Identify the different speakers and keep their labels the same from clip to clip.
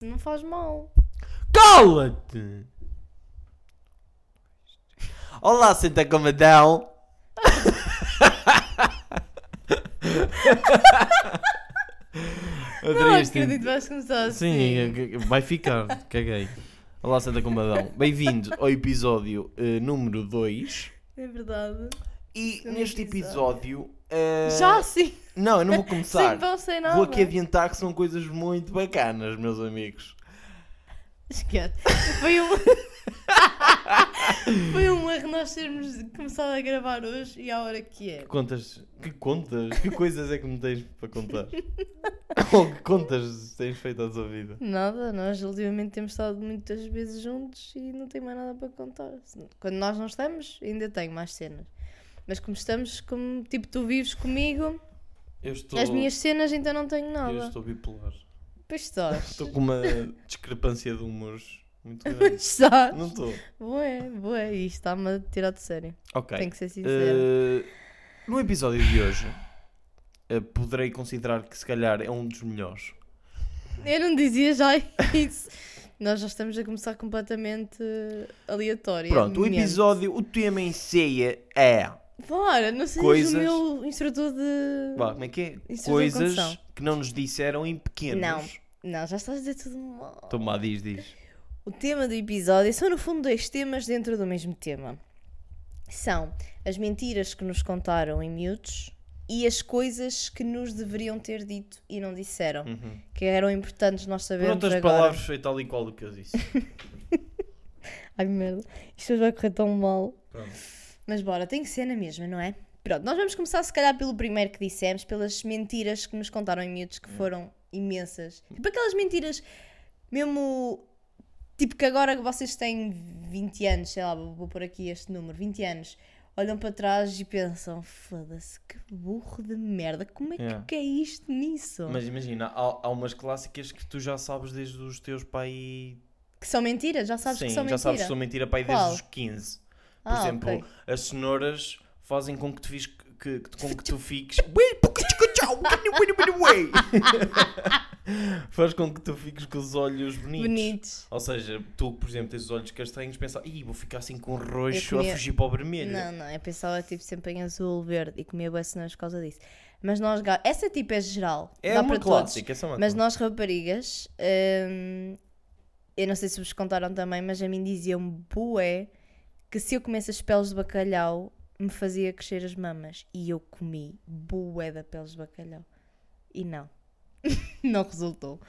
Speaker 1: Não faz mal.
Speaker 2: Cala-te! Olá, senta comadão!
Speaker 1: Não acredito, vais começar assim.
Speaker 2: Sim, é vai ficar, caguei. Olá, Santa Comadão. Bem-vindo ao episódio eh, número 2.
Speaker 1: É verdade.
Speaker 2: E
Speaker 1: Segundo
Speaker 2: neste episódio.
Speaker 1: episódio.
Speaker 2: eh,
Speaker 1: Já sim.
Speaker 2: Não, eu não vou
Speaker 1: Sem
Speaker 2: começar.
Speaker 1: pão, sem nada.
Speaker 2: vou aqui adiantar que são coisas muito bacanas, meus amigos.
Speaker 1: Esquece. Foi um. Foi um erro nós termos começado a gravar hoje e à hora que é.
Speaker 2: Contas. Que contas? Que coisas é que me tens para contar? Ou que contas tens feito à tua vida?
Speaker 1: Nada, nós ultimamente temos estado muitas vezes juntos e não tenho mais nada para contar. Quando nós não estamos, ainda tenho mais cenas. Mas como estamos, como tipo tu vives comigo,
Speaker 2: Eu estou.
Speaker 1: as minhas cenas então não tenho
Speaker 2: Eu
Speaker 1: nada.
Speaker 2: estou bipolar.
Speaker 1: Pois estás.
Speaker 2: Estou com uma discrepância de humores muito
Speaker 1: Pois
Speaker 2: grande.
Speaker 1: estás.
Speaker 2: não estou.
Speaker 1: Boé, boé, é, isto está-me a tirar de sério.
Speaker 2: Ok. Eh,
Speaker 1: Tenho que ser sincero.
Speaker 2: Uh, no episódio de hoje, uh, poderei considerar que se calhar é um dos melhores.
Speaker 1: Eu não dizia já isso. Nós já estamos a começar completamente eh, aleatório.
Speaker 2: Pronto, o
Speaker 1: É Minha.
Speaker 2: episódio, o tema em ceia é.
Speaker 1: Claro, não sei
Speaker 2: Coisas-
Speaker 1: o meu instrutor de.
Speaker 2: Vá, como é que é?
Speaker 1: Isso é
Speaker 2: Coisas
Speaker 1: condição.
Speaker 2: que não nos disseram em pequenos.
Speaker 1: Não. Não, já estás a dizer tudo mal.
Speaker 2: Toma, diz, diz.
Speaker 1: O tema do episódio são, no fundo, dois temas dentro do mesmo tema. São as mentiras que nos contaram em miúdos e as coisas que nos deveriam ter dito e não disseram,
Speaker 2: Uhum.
Speaker 1: que eram importantes nós
Speaker 2: Por
Speaker 1: sabermos
Speaker 2: outras
Speaker 1: agora.
Speaker 2: palavras, foi tal e qual o que eu disse.
Speaker 1: Ai, merda. Isto hoje vai correr tão mal.
Speaker 2: Pronto.
Speaker 1: Mas bora, tem que ser na mesma, não é? Pronto, nós vamos começar se calhar pelo primeiro que dissemos, pelas mentiras que nos contaram em miúdos
Speaker 2: Hum.
Speaker 1: que foram imensas. Tipo aquelas mentiras mesmo tipo que agora que vocês têm 20 anos, sei lá, vou, vou pôr aqui este número, 20 anos, olham para trás e pensam, foda-se, que burro de merda, como é que
Speaker 2: Yeah.
Speaker 1: que é isto nisso?
Speaker 2: Mas imagina, há, há umas clássicas que tu já sabes desde os teus pai.
Speaker 1: Que são mentiras, já sabes
Speaker 2: Sim,
Speaker 1: que são
Speaker 2: já
Speaker 1: mentiras.
Speaker 2: sabes que são mentira pai
Speaker 1: Qual?
Speaker 2: desde os 15. Por
Speaker 1: Ah,
Speaker 2: exemplo,
Speaker 1: ok.
Speaker 2: as cenouras fazem com que tu, fiz, que, que- com que tu fiques. Ui, porque tchica tchau, wini, wini, wini, ué. Faz com que tu fiques com os olhos bonitos.
Speaker 1: Bonitos.
Speaker 2: Ou seja, tu, por exemplo, tens os olhos castanhos, pensa, ih, vou ficar assim com roxo
Speaker 1: Eu comia-
Speaker 2: a fugir para o vermelho.
Speaker 1: Não, não, eu pensava tipo sempre em azul, verde e comia boas cenas por causa disso. Mas nós, ga- essa tipo é geral,
Speaker 2: É
Speaker 1: dá
Speaker 2: uma
Speaker 1: para
Speaker 2: clássica, essa é uma
Speaker 1: todos. Mas
Speaker 2: clássica.
Speaker 1: nós raparigas, hum, eu não sei se vos contaram também, mas a mim diziam-me bué que se eu comesse as peles de bacalhau me fazia crescer as mamas. E eu comi bué da peles de bacalhau. E não. não resultou.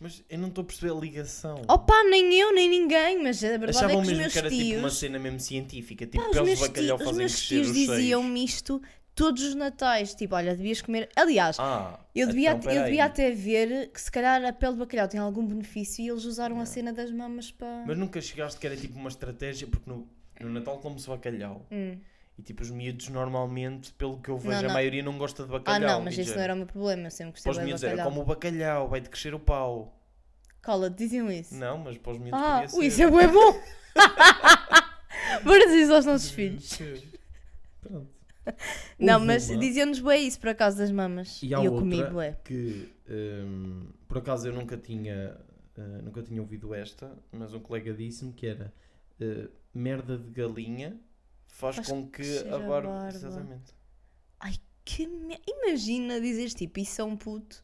Speaker 2: Mas eu não estou a perceber a ligação.
Speaker 1: Opa, nem eu, nem ninguém, mas a verdade
Speaker 2: Achavam
Speaker 1: é que os
Speaker 2: mesmo
Speaker 1: meus
Speaker 2: que era tipo uma
Speaker 1: tios...
Speaker 2: cena mesmo científica, tipo,
Speaker 1: Pá, os
Speaker 2: pelos
Speaker 1: meus,
Speaker 2: de bacalhau
Speaker 1: ti- os
Speaker 2: fazem
Speaker 1: meus
Speaker 2: crescer
Speaker 1: tios
Speaker 2: os seios.
Speaker 1: diziam-me isto todos os natais. Tipo, olha, devias comer. Aliás,
Speaker 2: Ah,
Speaker 1: eu, devia,
Speaker 2: então,
Speaker 1: eu
Speaker 2: peraí.
Speaker 1: devia até ver que se calhar a pele de bacalhau tem algum benefício e eles usaram a cena das mamas para.
Speaker 2: Mas nunca chegaste que era tipo uma estratégia, porque no, no Natal come-se bacalhau. E tipo, os miúdos normalmente, pelo que eu vejo,
Speaker 1: Hum. Não,
Speaker 2: a
Speaker 1: não.
Speaker 2: maioria não gosta de
Speaker 1: Ah,
Speaker 2: bacalhau.
Speaker 1: não, mas
Speaker 2: e
Speaker 1: esse não
Speaker 2: género.
Speaker 1: era o meu problema. Eu sempre gostei
Speaker 2: Para os
Speaker 1: bem de
Speaker 2: miúdos era
Speaker 1: bacalhau.
Speaker 2: como o bacalhau, vai-te crescer o pau.
Speaker 1: Cola, diziam isso.
Speaker 2: Não, mas para os miúdos
Speaker 1: ah,
Speaker 2: podia ser.
Speaker 1: ui, isso é bué bom! Bora dizer isso aos nossos um filhos.
Speaker 2: Pronto.
Speaker 1: Não,
Speaker 2: Houve
Speaker 1: mas
Speaker 2: uma-
Speaker 1: diziam-nos bué isso por acaso das mamas.
Speaker 2: E
Speaker 1: E,
Speaker 2: há
Speaker 1: eu comi
Speaker 2: outra
Speaker 1: bué.
Speaker 2: que hum, por acaso eu nunca tinha uh, nunca tinha ouvido esta, mas um colega disse-me que era uh, merda de galinha faz,
Speaker 1: Faz
Speaker 2: com que
Speaker 1: crescer
Speaker 2: a
Speaker 1: a
Speaker 2: barba,
Speaker 1: barba.
Speaker 2: exatamente.
Speaker 1: Que me... Imagina dizeres tipo, isso é um puto,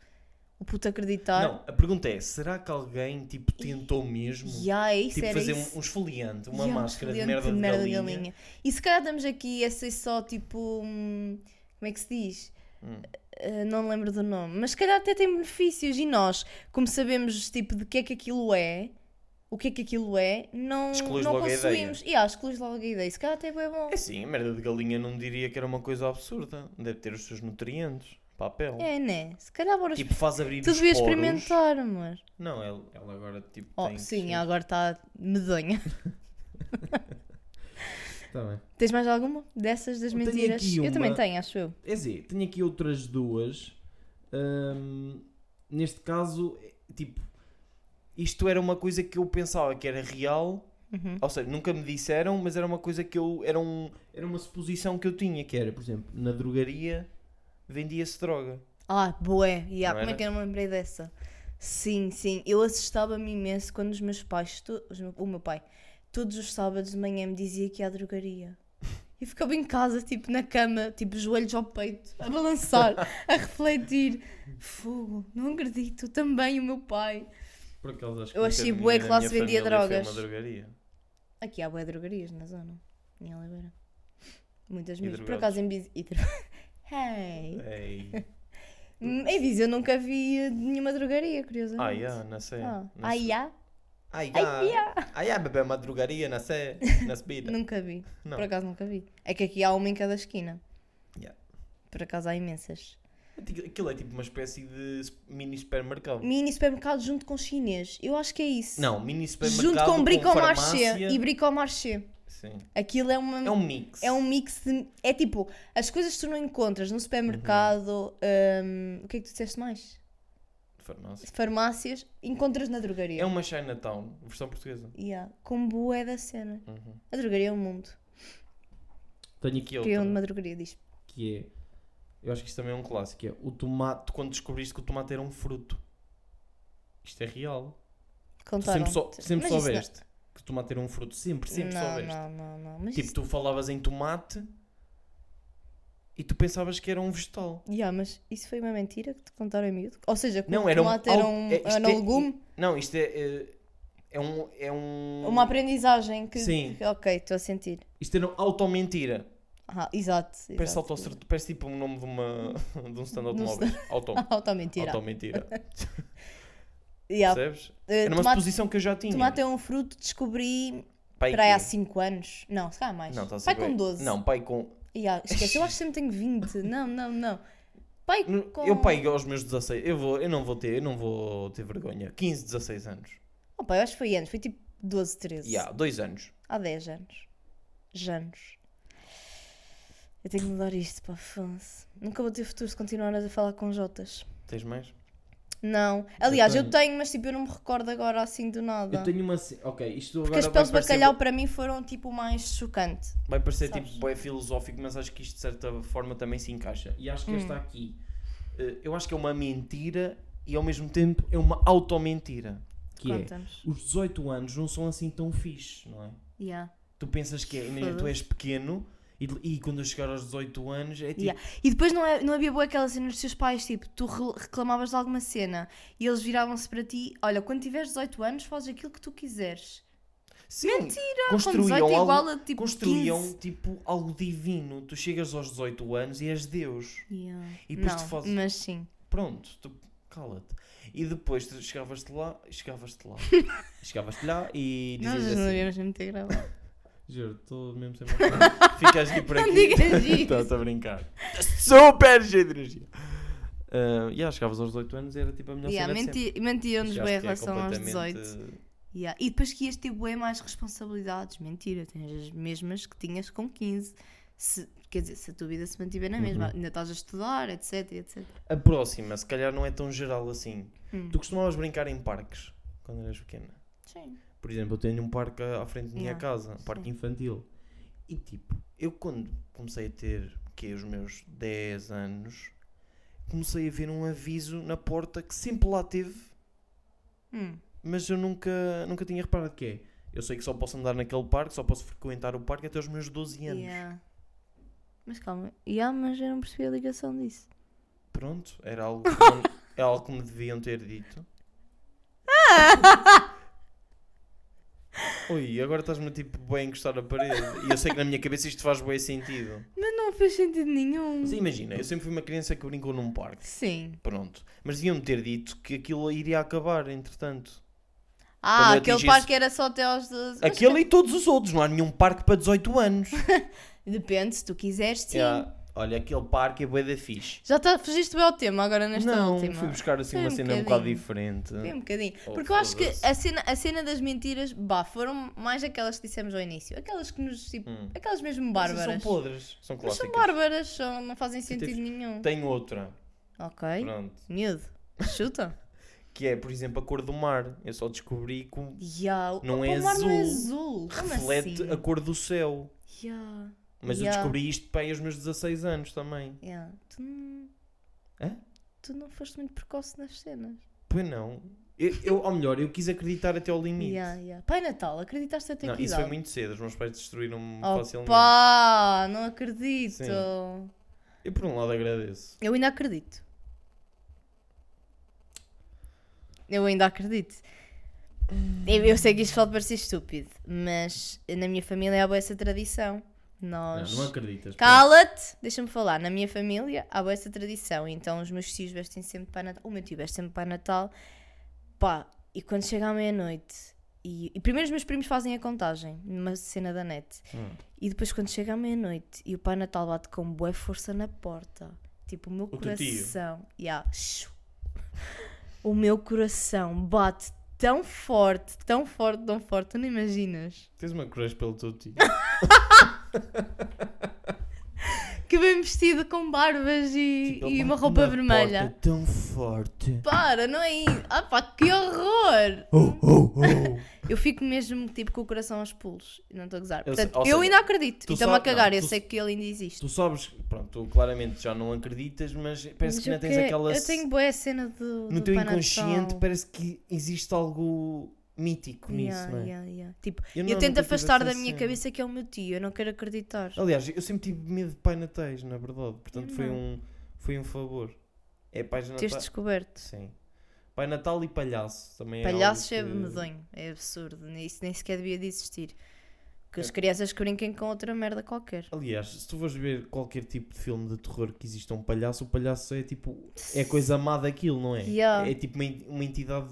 Speaker 1: o puto acreditar.
Speaker 2: Não, a pergunta é, será que alguém tipo tentou mesmo
Speaker 1: Ya, é isso
Speaker 2: tipo
Speaker 1: era
Speaker 2: fazer
Speaker 1: isso.
Speaker 2: um, um esfoliante, uma
Speaker 1: Ya, um
Speaker 2: máscara de
Speaker 1: fedente
Speaker 2: merda de, galinha?
Speaker 1: E se calhar damos aqui essa é só tipo. hum, Como é que se diz?
Speaker 2: Hum.
Speaker 1: Eh, não me lembro do nome. Mas se calhar até tem benefícios. E nós, como sabemos tipo de que é que aquilo é, o que é que aquilo é, não,
Speaker 2: Excluís
Speaker 1: não
Speaker 2: logo a ideia.
Speaker 1: consumimos. E yeah, excluís logo a ideia. Se calhar até é bué bom.
Speaker 2: É sim, a merda de galinha não diria que era uma coisa absurda, deve ter os seus nutrientes, papel.
Speaker 1: É, né? Se calhar bora.
Speaker 2: Tipo, faz abrir
Speaker 1: tu
Speaker 2: os
Speaker 1: devias
Speaker 2: poros.
Speaker 1: experimentar, amor.
Speaker 2: Não, ela, ela agora tipo
Speaker 1: Oh,
Speaker 2: tem que
Speaker 1: sim,
Speaker 2: ser-
Speaker 1: agora está medonha.
Speaker 2: Tá bem.
Speaker 1: Tens mais alguma dessas das
Speaker 2: Eu tenho
Speaker 1: mentiras?
Speaker 2: aqui
Speaker 1: Eu também
Speaker 2: uma.
Speaker 1: tenho, acho eu.
Speaker 2: É dizer, tenho aqui outras duas. Ahm, neste caso, é, tipo, isto era uma coisa que eu pensava que era real.
Speaker 1: Uhum.
Speaker 2: Ou seja, nunca me disseram, mas era uma coisa que eu. Era, um, era uma suposição que eu tinha, que era, por exemplo, na drogaria vendia-se droga.
Speaker 1: Ah, boé, yeah, como
Speaker 2: Não
Speaker 1: é
Speaker 2: era?
Speaker 1: que eu não me lembrei dessa? Sim, sim. Eu assustava-me imenso quando os meus pais, to- os meu- o meu pai, todos os sábados de manhã me dizia que ia à drogaria. E ficava em casa, tipo, na cama, tipo, joelhos ao peito, a balançar, a refletir. Fogo, não acredito, também o meu pai.
Speaker 2: Por acaso, acho
Speaker 1: Eu achei
Speaker 2: nunca
Speaker 1: bué
Speaker 2: ninguém
Speaker 1: que
Speaker 2: na
Speaker 1: lá
Speaker 2: minha
Speaker 1: se vendia
Speaker 2: família foi a
Speaker 1: drogas.
Speaker 2: uma drogaria.
Speaker 1: Aqui há boé drogarias na zona, em Oliveira. Muitas
Speaker 2: E
Speaker 1: mesmo. Por
Speaker 2: drogados.
Speaker 1: acaso
Speaker 2: É.
Speaker 1: em Viseu... Hey.
Speaker 2: Ei.
Speaker 1: Em Viseu nunca vi eh, nenhuma drogaria, curiosamente.
Speaker 2: Ah, yeah, não sei.
Speaker 1: Ah,
Speaker 2: Não
Speaker 1: ah,
Speaker 2: sei.
Speaker 1: yeah?
Speaker 2: Ah,
Speaker 1: Ah,
Speaker 2: yeah.
Speaker 1: yeah.
Speaker 2: Ah, yeah, bebê, uma drogaria, não sei. Na bebida.
Speaker 1: Nunca vi.
Speaker 2: Não.
Speaker 1: Por acaso nunca vi. É que aqui há uma em cada esquina.
Speaker 2: Yeah.
Speaker 1: Por acaso há imensas.
Speaker 2: Aquilo é tipo uma espécie de mini supermercado.
Speaker 1: Mini supermercado junto com chinês. Eu acho que é isso.
Speaker 2: Não, mini supermercado.
Speaker 1: Junto com um
Speaker 2: farmácia.
Speaker 1: bricomarché e bricomarché.
Speaker 2: Sim.
Speaker 1: Aquilo é uma...
Speaker 2: É um mix.
Speaker 1: É um mix de... É tipo, as coisas que tu não encontras no supermercado... hum, o que é que tu disseste mais?
Speaker 2: Farmácia.
Speaker 1: Farmácias, encontras na drogaria.
Speaker 2: É uma Chinatown, versão portuguesa.
Speaker 1: Yeah. Com bué da cena.
Speaker 2: Uhum.
Speaker 1: A drogaria é o mundo.
Speaker 2: Tenho aqui
Speaker 1: Criam de
Speaker 2: outra,
Speaker 1: uma drogaria, diz.
Speaker 2: que é... Eu acho que isto também é um clássico, que é o tomate, quando descobriste que o tomate era um fruto. Isto é real. Tu
Speaker 1: Contaram.
Speaker 2: sempre sou-
Speaker 1: Mas isso tá,
Speaker 2: sempre
Speaker 1: não- é.
Speaker 2: soubeste que o tomate era um fruto. Sempre, sempre
Speaker 1: não,
Speaker 2: soubeste.
Speaker 1: Não, não, não. Mas
Speaker 2: Tipo,
Speaker 1: isso...
Speaker 2: tu falavas em tomate e tu pensavas que era um vegetal.
Speaker 1: Yeah, mas isso foi uma mentira que te contaram em miúdo? Ou seja, que
Speaker 2: Não,
Speaker 1: o
Speaker 2: era um
Speaker 1: tomate
Speaker 2: al-
Speaker 1: era um,
Speaker 2: é- isto
Speaker 1: era um
Speaker 2: é-
Speaker 1: legume?
Speaker 2: Não, isto é. É, é um. É um
Speaker 1: Uma aprendizagem que...
Speaker 2: Sim.
Speaker 1: que- ok, estou a sentir.
Speaker 2: Isto era um automentira.
Speaker 1: Ah, exato. exato.
Speaker 2: Parece, autocert... Parece tipo o nome de, uma... de um stand de automóveis. Auto...
Speaker 1: Auto-mentira.
Speaker 2: Automentira.
Speaker 1: Yeah.
Speaker 2: Percebes?
Speaker 1: Eh,
Speaker 2: Era uma
Speaker 1: tomate,
Speaker 2: suposição que eu já tinha.
Speaker 1: tomate é um fruto, descobri
Speaker 2: Pai
Speaker 1: para aí há
Speaker 2: quê?
Speaker 1: 5 anos. Não, se calhar mais.
Speaker 2: Não, estás a
Speaker 1: Pai
Speaker 2: saber.
Speaker 1: com 12.
Speaker 2: Não, assim, pai com.
Speaker 1: Yeah, esquece, eu acho que sempre tenho 20. Não, não, não. Pai com...
Speaker 2: Eu pai aos meus 16. Eu, vou... eu não vou ter, eu não vou ter vergonha. 15, 16 anos.
Speaker 1: Oh, pai, eu acho que foi antes. Foi tipo 12, 13.
Speaker 2: E há dois anos.
Speaker 1: Há 10 anos. Janos. Eu tenho que mudar isto para Afonso. Nunca vou ter futuro se continuares a falar com Jotas.
Speaker 2: Tens mais?
Speaker 1: Não. Aliás, eu
Speaker 2: tenho.
Speaker 1: tenho. mas tipo, eu não me recordo agora assim do nada.
Speaker 2: tenho uma. Ok, isto
Speaker 1: Porque as peles de bacalhau para mim foram tipo o mais chocante.
Speaker 2: Vai parecer
Speaker 1: Sabes?
Speaker 2: tipo é filosófico, mas acho que isto de certa forma também se encaixa. E acho que esta aqui, eh, eu acho que é uma mentira e ao mesmo tempo é uma automentira. Que
Speaker 1: Conta-nos.
Speaker 2: é, os 18 anos não são assim tão fixe, não é?
Speaker 1: Yeah.
Speaker 2: Tu pensas que é, imagina, tu és pequeno e, e quando eu chegar aos 18 anos é tipo,
Speaker 1: Yeah. E depois não, é, não havia boa aquela cena dos teus pais, tipo, tu re- reclamavas de alguma cena e eles viravam-se para ti: olha, quando tiveres 18 anos, fazes aquilo que tu quiseres.
Speaker 2: sim,
Speaker 1: Mentira!
Speaker 2: construíam
Speaker 1: 18 é
Speaker 2: algo,
Speaker 1: igual a, tipo,
Speaker 2: construíam
Speaker 1: 15.
Speaker 2: tipo algo divino. Tu chegas aos 18 anos e és Deus.
Speaker 1: Yeah.
Speaker 2: E depois
Speaker 1: não,
Speaker 2: tu fazes-
Speaker 1: Mas sim.
Speaker 2: pronto, tu cala-te. E depois tu chegavas-te lá, chegavas-te lá, chegavas-te lá e
Speaker 1: Nós
Speaker 2: dizias
Speaker 1: não
Speaker 2: assim,
Speaker 1: devíamos mesmo ter gravado.
Speaker 2: juro, estou mesmo sem vontade. Ficas aqui por
Speaker 1: Não
Speaker 2: aqui.
Speaker 1: digas isso.
Speaker 2: Estás a brincar. Super cheio de energia. Ah, yeah, chegavas aos 18 anos e era tipo a melhor
Speaker 1: Yeah,
Speaker 2: cena de
Speaker 1: menti
Speaker 2: sempre.
Speaker 1: Mentiam-nos
Speaker 2: Achaste
Speaker 1: bem em
Speaker 2: que é
Speaker 1: relação aos
Speaker 2: completamente-
Speaker 1: 18. Yeah. E depois que ias ter bem mais responsabilidades. Mentira, tens as mesmas que tinhas com 15. Se, quer dizer, se a tua vida se mantiver na mesma,
Speaker 2: Uhum.
Speaker 1: ainda estás a estudar, etc, etc.
Speaker 2: A próxima, se calhar não é tão geral assim.
Speaker 1: Hum.
Speaker 2: Tu costumavas brincar em parques quando eras pequena?
Speaker 1: Sim.
Speaker 2: Por exemplo, eu tenho um parque à à frente da minha
Speaker 1: Yeah,
Speaker 2: casa, um parque infantil. E tipo, eu quando comecei a ter que é os meus 10 anos, comecei a ver um aviso na porta que sempre lá teve,
Speaker 1: Hum.
Speaker 2: mas eu nunca, nunca tinha reparado que é. Eu sei que só posso andar naquele parque, só posso frequentar o parque até os meus 12 anos.
Speaker 1: Yeah. Mas calma, yeah, mas eu não percebi a ligação disso.
Speaker 2: Pronto, era algo, que não- é algo que me deviam ter dito. Oi, agora estás-me tipo bem a encostar a parede. E eu sei que na minha cabeça isto faz bem sentido.
Speaker 1: Mas não fez sentido nenhum.
Speaker 2: Mas imagina, eu sempre fui uma criança que brincou num parque.
Speaker 1: Sim.
Speaker 2: Pronto. Mas deviam-me ter dito que aquilo iria acabar, entretanto.
Speaker 1: Ah,
Speaker 2: Quando eu É
Speaker 1: aquele
Speaker 2: atingisse-
Speaker 1: parque era só até aos 12. Mas
Speaker 2: Aquele e todos os outros, não há nenhum parque para 18 anos.
Speaker 1: Depende, se tu quiseres, sim.
Speaker 2: Yeah. Olha, aquele parque é bué da fixe.
Speaker 1: Já tá, fugiste bem ao tema agora nesta
Speaker 2: não,
Speaker 1: última.
Speaker 2: fui buscar assim
Speaker 1: Foi
Speaker 2: uma
Speaker 1: um
Speaker 2: cena um bocado
Speaker 1: bocadinho.
Speaker 2: diferente.
Speaker 1: Foi um bocadinho.
Speaker 2: Oh,
Speaker 1: Porque eu acho que
Speaker 2: foda-se.
Speaker 1: a cena, a cena das mentiras, bah, foram mais aquelas que dissemos ao início. Aquelas que nos, tipo,
Speaker 2: Hum.
Speaker 1: aquelas mesmo
Speaker 2: Mas isso
Speaker 1: bárbaras.
Speaker 2: São podres, são
Speaker 1: Mas
Speaker 2: clássicas. Tipo,
Speaker 1: são bárbaras, são- não fazem
Speaker 2: Sim,
Speaker 1: sentido
Speaker 2: teve-
Speaker 1: nenhum.
Speaker 2: Tenho outra,
Speaker 1: Ok,
Speaker 2: pronto.
Speaker 1: miúdo, chuta.
Speaker 2: Que é, por exemplo, a cor do mar. Eu só descobri que o-
Speaker 1: Ya, o-
Speaker 2: Não
Speaker 1: o
Speaker 2: é
Speaker 1: mar não é azul.
Speaker 2: azul.
Speaker 1: Como
Speaker 2: reflete
Speaker 1: assim?
Speaker 2: a cor do céu.
Speaker 1: Ya,
Speaker 2: Mas eu
Speaker 1: Yeah.
Speaker 2: descobri isto para aí aos meus 16 anos também.
Speaker 1: ya. Tu, não-
Speaker 2: Hã?
Speaker 1: tu não foste muito precoce nas cenas.
Speaker 2: Pois não. Eu, eu, ou melhor, eu quis acreditar até ao limite.
Speaker 1: Yeah, yeah. Pai Natal, acreditaste até
Speaker 2: Não,
Speaker 1: que
Speaker 2: isso
Speaker 1: idade?
Speaker 2: foi muito cedo. Os meus pais destruíram-me facilmente.
Speaker 1: Opa, não acredito.
Speaker 2: Sim. Eu, por um lado, agradeço.
Speaker 1: Eu ainda acredito. Eu ainda acredito. Eu, eu sei que isto pode parecer estúpido, mas na minha família há bué essa tradição. Nós.
Speaker 2: Não, não acreditas.
Speaker 1: Cala-te! Deixa-me falar. Na minha família há bué essa tradição. Então os meus tios vestem sempre para Natal. O meu tio veste sempre para Natal. Pá, e quando chega à meia-noite. E, e primeiro os meus primos fazem a contagem numa cena da net.
Speaker 2: Hum.
Speaker 1: E depois quando chega à meia-noite e o Pai Natal bate com boa força na porta. Tipo, o meu
Speaker 2: teu
Speaker 1: coração. Yeah. Shoo. O meu coração bate tão forte, tão forte, tão forte, tu não imaginas.
Speaker 2: Tens uma crush pelo teu tio.
Speaker 1: Que bem vestido com barbas e,
Speaker 2: Tipo,
Speaker 1: e uma roupa vermelha.
Speaker 2: porta tão forte.
Speaker 1: Para, não é isso. Ah pá, que horror!
Speaker 2: Oh, oh, oh.
Speaker 1: Eu fico mesmo tipo com o coração aos pulos. Não estou a gozar.
Speaker 2: Eu sei-
Speaker 1: Portanto,
Speaker 2: ou
Speaker 1: eu,
Speaker 2: seja,
Speaker 1: ainda acredito.
Speaker 2: tu
Speaker 1: E estou-me a
Speaker 2: só-
Speaker 1: cagar.
Speaker 2: não,
Speaker 1: eu
Speaker 2: tu-
Speaker 1: sei que ele ainda existe.
Speaker 2: Tu sabes, pronto, tu claramente já não acreditas, mas parece
Speaker 1: Mas
Speaker 2: que
Speaker 1: eu
Speaker 2: ainda tens
Speaker 1: que- é?
Speaker 2: aquela.
Speaker 1: Eu tenho boa cena do.
Speaker 2: No
Speaker 1: do
Speaker 2: teu
Speaker 1: Pai Natal.
Speaker 2: inconsciente parece que existe algo mítico nisso,
Speaker 1: Yeah,
Speaker 2: não é?
Speaker 1: yeah, yeah. Tipo,
Speaker 2: Eu
Speaker 1: eu,
Speaker 2: não-
Speaker 1: tento
Speaker 2: nunca tive
Speaker 1: afastar da
Speaker 2: essa
Speaker 1: minha
Speaker 2: cena.
Speaker 1: cabeça que é o meu tio. Eu não quero acreditar.
Speaker 2: Aliás, eu sempre tive medo de Pai Natais, na verdade. Portanto,
Speaker 1: Eu
Speaker 2: foi
Speaker 1: não.
Speaker 2: um, foi um favor. É Pai Natal.
Speaker 1: Teres descoberto.
Speaker 2: Sim. Pai Natal e Palhaço também
Speaker 1: Palhaços
Speaker 2: é.
Speaker 1: é
Speaker 2: algo que-
Speaker 1: medonho. É absurdo. nem- Isso nem sequer devia de existir. Que as
Speaker 2: É.
Speaker 1: crianças que brinquem com outra merda qualquer.
Speaker 2: Aliás, se tu fores ver qualquer tipo de filme de terror que exista um palhaço, o palhaço é tipo. É coisa má daquilo, não é?
Speaker 1: Yeah.
Speaker 2: É tipo uma en- uma entidade